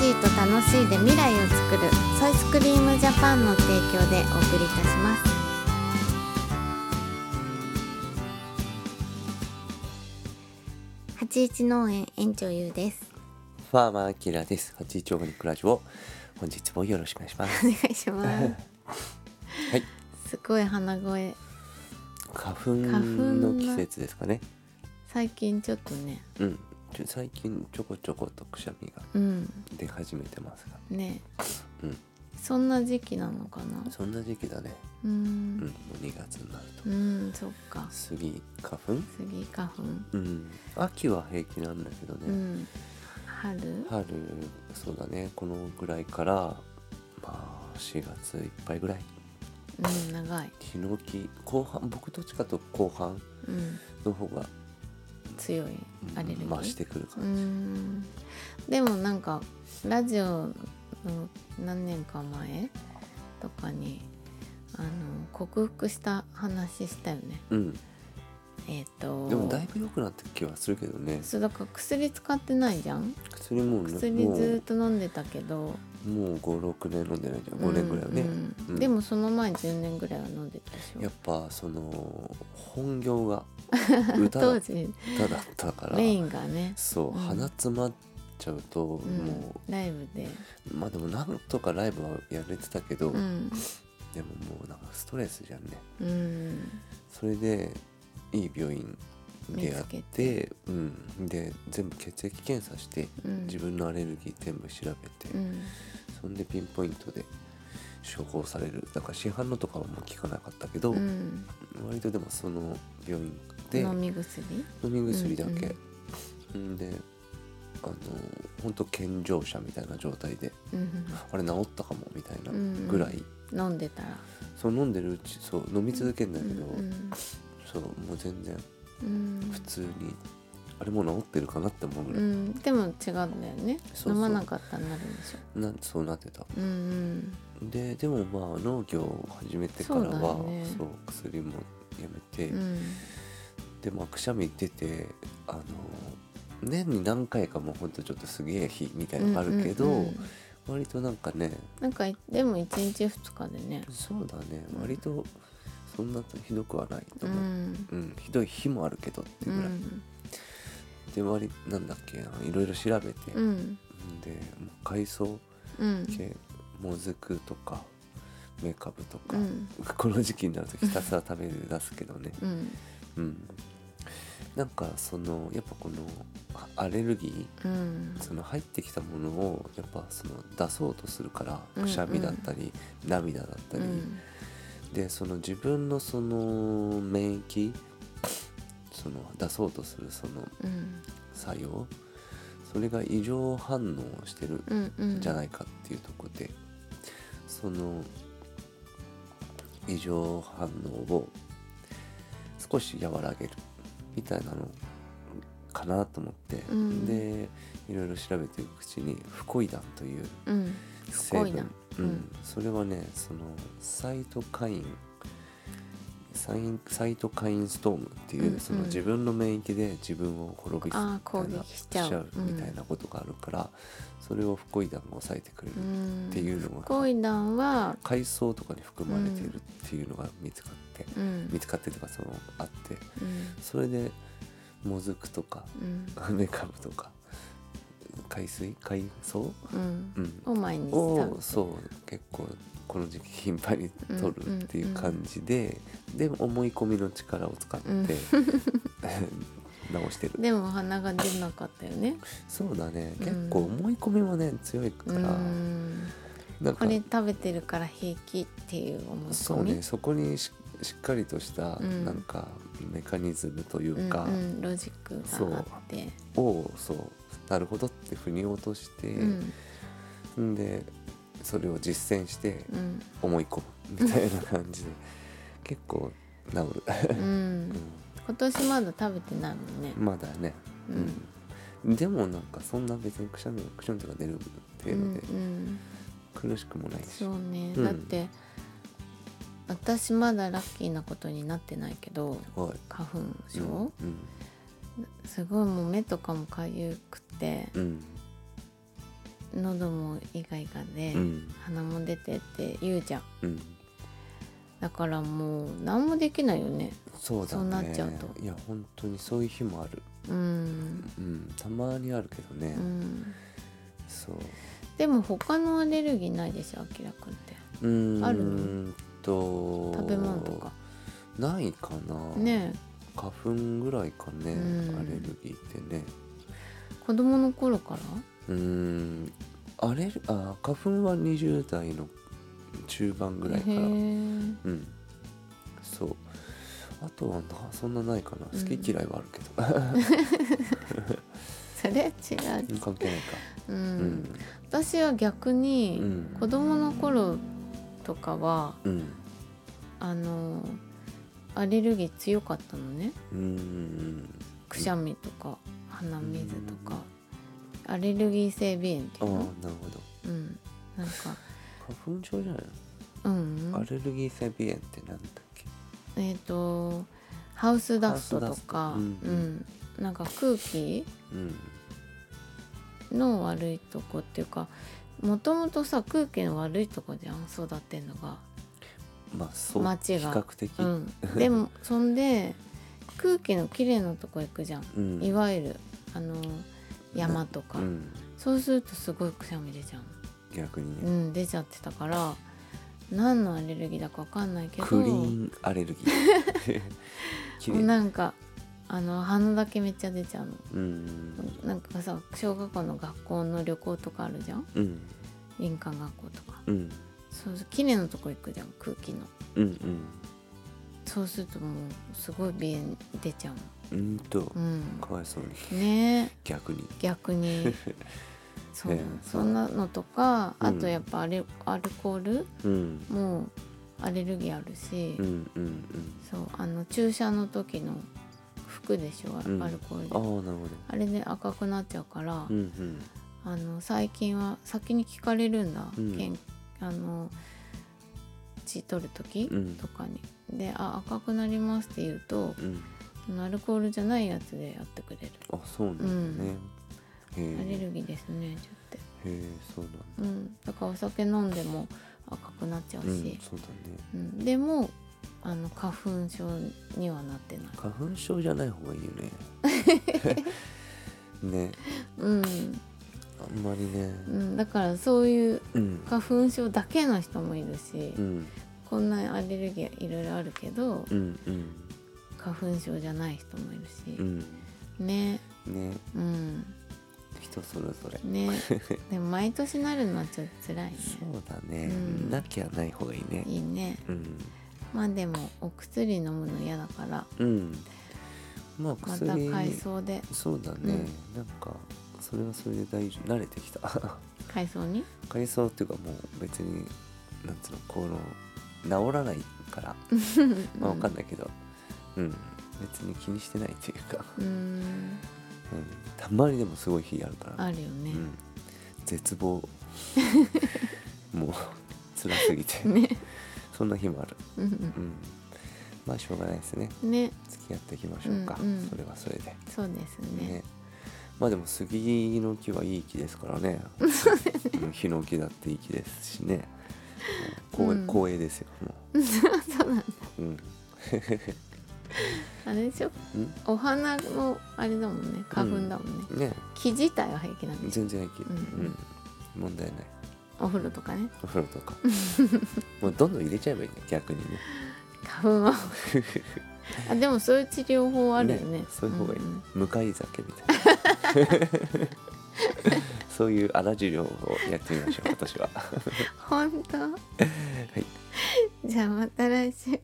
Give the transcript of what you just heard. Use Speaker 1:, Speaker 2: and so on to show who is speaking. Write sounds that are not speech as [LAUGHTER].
Speaker 1: しいと楽しいで未来を作るソイスクリームジャパンの提供でお送りいたします八一農園園長ゆうです
Speaker 2: ファーマーアキラです。八一オーガニックラジオ。本日もよろしくお願いしま
Speaker 1: お [LAUGHS]
Speaker 2: す。
Speaker 1: 願いします
Speaker 2: はい。
Speaker 1: すごい花声
Speaker 2: 花粉の季節ですかね。
Speaker 1: 最近ちょっとね
Speaker 2: うん。ちょ最近ちょこちょことくしゃみが
Speaker 1: うん
Speaker 2: 出始めてますが、
Speaker 1: ね
Speaker 2: うん。
Speaker 1: そんな時期なのかな
Speaker 2: そんな時期だね。
Speaker 1: う
Speaker 2: うん。
Speaker 1: ん
Speaker 2: もう2月になると
Speaker 1: う。んそっか
Speaker 2: 杉花粉？
Speaker 1: 次花粉
Speaker 2: うん。秋は平気なんだけど
Speaker 1: う
Speaker 2: ね。
Speaker 1: ん春
Speaker 2: 春そうだね。このぐらいからまあ4月いっぱいぐらい。
Speaker 1: うん長い
Speaker 2: ヒノキ後半僕どっちかと後半
Speaker 1: うん
Speaker 2: の方が
Speaker 1: 強いアレルギー
Speaker 2: 増してくるか
Speaker 1: う
Speaker 2: ら。
Speaker 1: んでもなんかラジオの何年か前とかにあの克服した話したよね
Speaker 2: うん。
Speaker 1: えっ、と
Speaker 2: でもだいぶ良くなった気はするけどね
Speaker 1: そうだから薬使ってないじゃん
Speaker 2: 薬もう
Speaker 1: 薬
Speaker 2: も
Speaker 1: ず
Speaker 2: う
Speaker 1: っと飲んでたけど
Speaker 2: もう56年飲んでないじゃん5年ぐらいはね、
Speaker 1: うんうん
Speaker 2: うん
Speaker 1: でもその前10年ぐらいは飲んでたでしょ
Speaker 2: やっぱその本業
Speaker 1: [LAUGHS]
Speaker 2: が歌だ
Speaker 1: 当
Speaker 2: っ
Speaker 1: 時
Speaker 2: ただったから
Speaker 1: メインがね、
Speaker 2: そう
Speaker 1: うん
Speaker 2: 鼻詰まっちゃうと、
Speaker 1: うん
Speaker 2: も、
Speaker 1: ライブで、
Speaker 2: うまあでもなんとかライブはやれてたけど、
Speaker 1: うん
Speaker 2: でももうなんかストレスじゃんね
Speaker 1: うん、
Speaker 2: それでいい病院でやっ
Speaker 1: 見
Speaker 2: て
Speaker 1: つけ
Speaker 2: うん、で全部血液検査して、
Speaker 1: うん
Speaker 2: 自分のアレルギー全部調べて、
Speaker 1: うん、
Speaker 2: そんでピンポイントで処方されるだから市販のとかはもう効かなかったけど、
Speaker 1: うん、
Speaker 2: 割とでもその病院で
Speaker 1: 飲
Speaker 2: 飲
Speaker 1: み薬、
Speaker 2: み薬だ
Speaker 1: うん
Speaker 2: け、んであのほんと健常者みたいな状態で
Speaker 1: うん、
Speaker 2: あれ治ったかもみたいな
Speaker 1: うん
Speaker 2: ぐらい、
Speaker 1: 飲んでたら、
Speaker 2: そう飲んでるうちそう飲み続けるんだけど、
Speaker 1: うん
Speaker 2: そうもう全然
Speaker 1: うん
Speaker 2: 普通に、あれもう治ってるかなって思うぐ
Speaker 1: う
Speaker 2: らい、
Speaker 1: ん、でも違うんだよね
Speaker 2: そうそう
Speaker 1: 飲まなかったらなるんでしょ
Speaker 2: なそうなってた
Speaker 1: うんうん
Speaker 2: ででもまあ農業を始めてからは
Speaker 1: そうだよね
Speaker 2: そう薬もやめて、
Speaker 1: うん
Speaker 2: でまあくしゃみ出てあの年に何回かもうほんとちょっとすげえ日みたいなのあるけど、
Speaker 1: うんうんうん
Speaker 2: 割となんかね
Speaker 1: なんかでも1日2日でね
Speaker 2: そうだね
Speaker 1: うん
Speaker 2: 割とそんなひどくはないと
Speaker 1: う
Speaker 2: 思う、
Speaker 1: ん
Speaker 2: うんひどい日もあるけどっ
Speaker 1: う
Speaker 2: ていうぐらい、
Speaker 1: ん
Speaker 2: で割りなんだっけいろいろ調べて、
Speaker 1: うん
Speaker 2: でもう海藻
Speaker 1: うん
Speaker 2: 系もずくとかメカブとか、
Speaker 1: うん
Speaker 2: この時期になるとひたすら食べ出すけどね
Speaker 1: うん
Speaker 2: うん、なんかそのやっぱこのあアレルギ
Speaker 1: う
Speaker 2: ー
Speaker 1: ん
Speaker 2: その入ってきたものをやっぱその出そうとするから
Speaker 1: うん
Speaker 2: くしゃみだったり、涙だったり、でその自分のその免疫その出そうとするその
Speaker 1: うん
Speaker 2: 作用それが異常反応をしてる
Speaker 1: うんうん
Speaker 2: んじゃないいかっていうとこで、その異常反応を少し和らげるみたいなのかなと思って、
Speaker 1: うん
Speaker 2: でいろいろ調べていくうちにフコイダンという
Speaker 1: うん
Speaker 2: 成
Speaker 1: フコイダ
Speaker 2: 分
Speaker 1: ン、
Speaker 2: うん
Speaker 1: うん
Speaker 2: それはねそのサイトカインサインサイトカインストームっていう、
Speaker 1: うん
Speaker 2: その
Speaker 1: うん
Speaker 2: 自分の免疫で自分を滅びす
Speaker 1: あー
Speaker 2: みたいな
Speaker 1: 攻撃しちゃううん
Speaker 2: みたいなことがあるから、それをフコイダンが抑えてくれる
Speaker 1: うん
Speaker 2: っていうのが、
Speaker 1: コイダンは
Speaker 2: 海藻とかに含まれているっていうのが見つかって、
Speaker 1: うん
Speaker 2: 見つかってとかそのあって
Speaker 1: うん
Speaker 2: それでもずくとか
Speaker 1: うん
Speaker 2: メカブとか海水海藻、
Speaker 1: うん
Speaker 2: うん、
Speaker 1: を毎日食
Speaker 2: を
Speaker 1: べて
Speaker 2: そう結構この時期頻繁に取るっていう
Speaker 1: うんうんうん
Speaker 2: 感じで、で思い込みの力を
Speaker 1: [LAUGHS]
Speaker 2: 使って、
Speaker 1: うん
Speaker 2: 直してる
Speaker 1: でも鼻が出なかったよね
Speaker 2: そうだね
Speaker 1: うん
Speaker 2: 結構思い込みもね強いから、
Speaker 1: うん
Speaker 2: なん
Speaker 1: こ
Speaker 2: か
Speaker 1: れ食べてるから平気っていう思い込み
Speaker 2: そうねそこにししっかりとした
Speaker 1: うん
Speaker 2: なんかメカニズムというか、
Speaker 1: うんうん、ロジックがあって
Speaker 2: をそうなるほどって腑に落として、
Speaker 1: うん
Speaker 2: んでそれを実践して
Speaker 1: うん
Speaker 2: 思い込むみたいな感じで結構治る。
Speaker 1: うん
Speaker 2: うん
Speaker 1: 今年まだ食べてないもんね
Speaker 2: まだね、うん、でもなんかそんな別にくしゃみがくしゃみとか出る
Speaker 1: う
Speaker 2: 程度で
Speaker 1: ん
Speaker 2: 苦しくもない
Speaker 1: うん
Speaker 2: し、
Speaker 1: そううね、
Speaker 2: うん
Speaker 1: だって私まだラッキーなことになってないけど
Speaker 2: ん、はい
Speaker 1: 花粉症、
Speaker 2: うん
Speaker 1: すごいもう目とかもかゆくて
Speaker 2: うん
Speaker 1: 喉もイガイガで、
Speaker 2: うん
Speaker 1: 鼻も出てって言うじゃん
Speaker 2: うん
Speaker 1: だからもう何もできないよね
Speaker 2: そうだね
Speaker 1: そうなっちゃうと
Speaker 2: いや本当にそういう日もある
Speaker 1: うん、
Speaker 2: うんたまにあるけどね、
Speaker 1: うん、
Speaker 2: そう
Speaker 1: でも他のアレルギーないでしょあきらくんって
Speaker 2: うーん
Speaker 1: ある
Speaker 2: と
Speaker 1: 食べ物とか
Speaker 2: ないかな
Speaker 1: ねえ
Speaker 2: 花粉ぐらいかね
Speaker 1: うん
Speaker 2: アレルギーってね
Speaker 1: 子供の頃から
Speaker 2: うーんアレルあ花粉は20代の中盤ぐらいから
Speaker 1: へ
Speaker 2: う
Speaker 1: え
Speaker 2: んそうあとはなそんなないかな
Speaker 1: うん
Speaker 2: 好き嫌いはある
Speaker 1: それ違
Speaker 2: けど
Speaker 1: う、
Speaker 2: 関係ないか
Speaker 1: うん
Speaker 2: うん
Speaker 1: 私は逆
Speaker 2: う
Speaker 1: に、
Speaker 2: ん
Speaker 1: 子供の頃とかは
Speaker 2: うん
Speaker 1: あのアレルギー強かったのね
Speaker 2: うーん
Speaker 1: くしゃみとか鼻水とか、アレルギー性鼻炎って
Speaker 2: ああ
Speaker 1: いう
Speaker 2: なる
Speaker 1: の
Speaker 2: ほど
Speaker 1: うんなんか
Speaker 2: 花粉症じゃない
Speaker 1: うん
Speaker 2: のアレルギー性鼻炎ってなんだっけ
Speaker 1: えっ、とハウスダストとか
Speaker 2: ハウスダストうん
Speaker 1: うんなんか空気
Speaker 2: うん
Speaker 1: の悪いとこっていうかもともとさ空気の悪いとこじゃん育ってんのが。
Speaker 2: まあそう比
Speaker 1: 街が
Speaker 2: 較的
Speaker 1: うん、でもそんで空気のきれいなとこ行くじゃん、
Speaker 2: うん
Speaker 1: いわゆるあの山とか、
Speaker 2: うん
Speaker 1: そうするとすごいくしゃみ出ちゃう
Speaker 2: 逆に
Speaker 1: の、
Speaker 2: ね
Speaker 1: うん、出ちゃってたから何のアレルギーだかわかんないけど
Speaker 2: クリーンアレルギ
Speaker 1: [LAUGHS]
Speaker 2: ー綺麗
Speaker 1: なんかあの鼻だけめっちゃ出ちゃうの
Speaker 2: うん
Speaker 1: なんかさ小学校の学校の旅行とかあるじゃん
Speaker 2: うん
Speaker 1: 林間学校とか
Speaker 2: うん
Speaker 1: そうきれいなとこ行くじゃん空気の
Speaker 2: うん
Speaker 1: そうするともうすごい鼻炎出ちゃう
Speaker 2: うんうんと
Speaker 1: のうん
Speaker 2: かわいそうに [LAUGHS]
Speaker 1: ねえ
Speaker 2: 逆に
Speaker 1: 逆に
Speaker 2: [LAUGHS]
Speaker 1: そう、
Speaker 2: ええ
Speaker 1: そんなのとか
Speaker 2: うん
Speaker 1: あとやっぱアレ、アルコール
Speaker 2: うん
Speaker 1: もアレルギーあるし、
Speaker 2: うんうんうん
Speaker 1: そうあの注射の時の服でしょ、
Speaker 2: うん
Speaker 1: アルコール
Speaker 2: ああ
Speaker 1: で
Speaker 2: なるほど
Speaker 1: あれで赤くなっちゃうから、
Speaker 2: うんうん
Speaker 1: あの最近は先に聞かれるんだ、
Speaker 2: うん
Speaker 1: けんあの血取る時
Speaker 2: うん
Speaker 1: とかに。であ赤くなりますって言うと
Speaker 2: うん
Speaker 1: あのアルコールじゃないやつでやってくれる、
Speaker 2: あそうなんだねへ
Speaker 1: アレ
Speaker 2: え
Speaker 1: ルギーですねちょっと
Speaker 2: へえそうなんだ
Speaker 1: うん、だからお酒飲んでも赤くなっちゃう
Speaker 2: うん
Speaker 1: し、
Speaker 2: そうだね
Speaker 1: うんでもあの花粉症にはなってない、
Speaker 2: 花粉症じゃない方がいいよね
Speaker 1: [LAUGHS]
Speaker 2: ね
Speaker 1: うん
Speaker 2: あんまり
Speaker 1: う
Speaker 2: ね
Speaker 1: ん、だからそういう
Speaker 2: うん
Speaker 1: 花粉症だけの人もいるし、
Speaker 2: うん
Speaker 1: こんなアレルギーいろいろあるけど
Speaker 2: うんうん
Speaker 1: 花粉症じゃない人もいるし
Speaker 2: う、ん
Speaker 1: ね
Speaker 2: ね
Speaker 1: うん
Speaker 2: 人それぞれ [LAUGHS]
Speaker 1: ねでも毎年なるのはちょっと辛いね
Speaker 2: そうだね、
Speaker 1: うん
Speaker 2: なきゃない方がいいね
Speaker 1: いいね
Speaker 2: うん、
Speaker 1: まあでもお薬飲むの嫌だから
Speaker 2: うん、まあ
Speaker 1: ま
Speaker 2: 薬
Speaker 1: た海藻で
Speaker 2: そうだね、なんかそれはそれで大丈夫慣れてきた
Speaker 1: 海藻に
Speaker 2: 海藻っていうかもう別になんつうのこの治らない
Speaker 1: [LAUGHS]
Speaker 2: からまあわかんないけどうん、別に気にしてないっていうか、
Speaker 1: うん
Speaker 2: うん、たまにでもすごい日あるから
Speaker 1: あるよね、
Speaker 2: うん、絶
Speaker 1: [LAUGHS]
Speaker 2: 望もう辛すぎて、そんな日もある
Speaker 1: うん
Speaker 2: うんまあしょうがないですね
Speaker 1: うんね
Speaker 2: 付き合っていきましょうか、
Speaker 1: うんうん
Speaker 2: それはそれで
Speaker 1: そうですね
Speaker 2: ねまあでも杉の木はいい木ですからねうんヒノキだっていい木ですしねもう光,、
Speaker 1: うん
Speaker 2: 光栄ですよも
Speaker 1: [LAUGHS]
Speaker 2: うそうなんだ
Speaker 1: あれでしょ
Speaker 2: うんん
Speaker 1: お花もあれだもんね花粉だもんね、
Speaker 2: ね
Speaker 1: 木自体は平気なんでしょ
Speaker 2: 全然平気、
Speaker 1: うん
Speaker 2: うん問題ない
Speaker 1: お風呂とかね
Speaker 2: お風呂と
Speaker 1: [LAUGHS]
Speaker 2: かもうどんどん入れちゃえばいいね逆にね
Speaker 1: 花粉
Speaker 2: [LAUGHS]
Speaker 1: はあでもそういう治療法あるよね
Speaker 2: そういう方がいい、ね
Speaker 1: ん
Speaker 2: 向かい酒みたいな
Speaker 1: [LAUGHS]
Speaker 2: そういう荒治療をやってみましょう私はは
Speaker 1: 本当
Speaker 2: い
Speaker 1: じゃあまた来週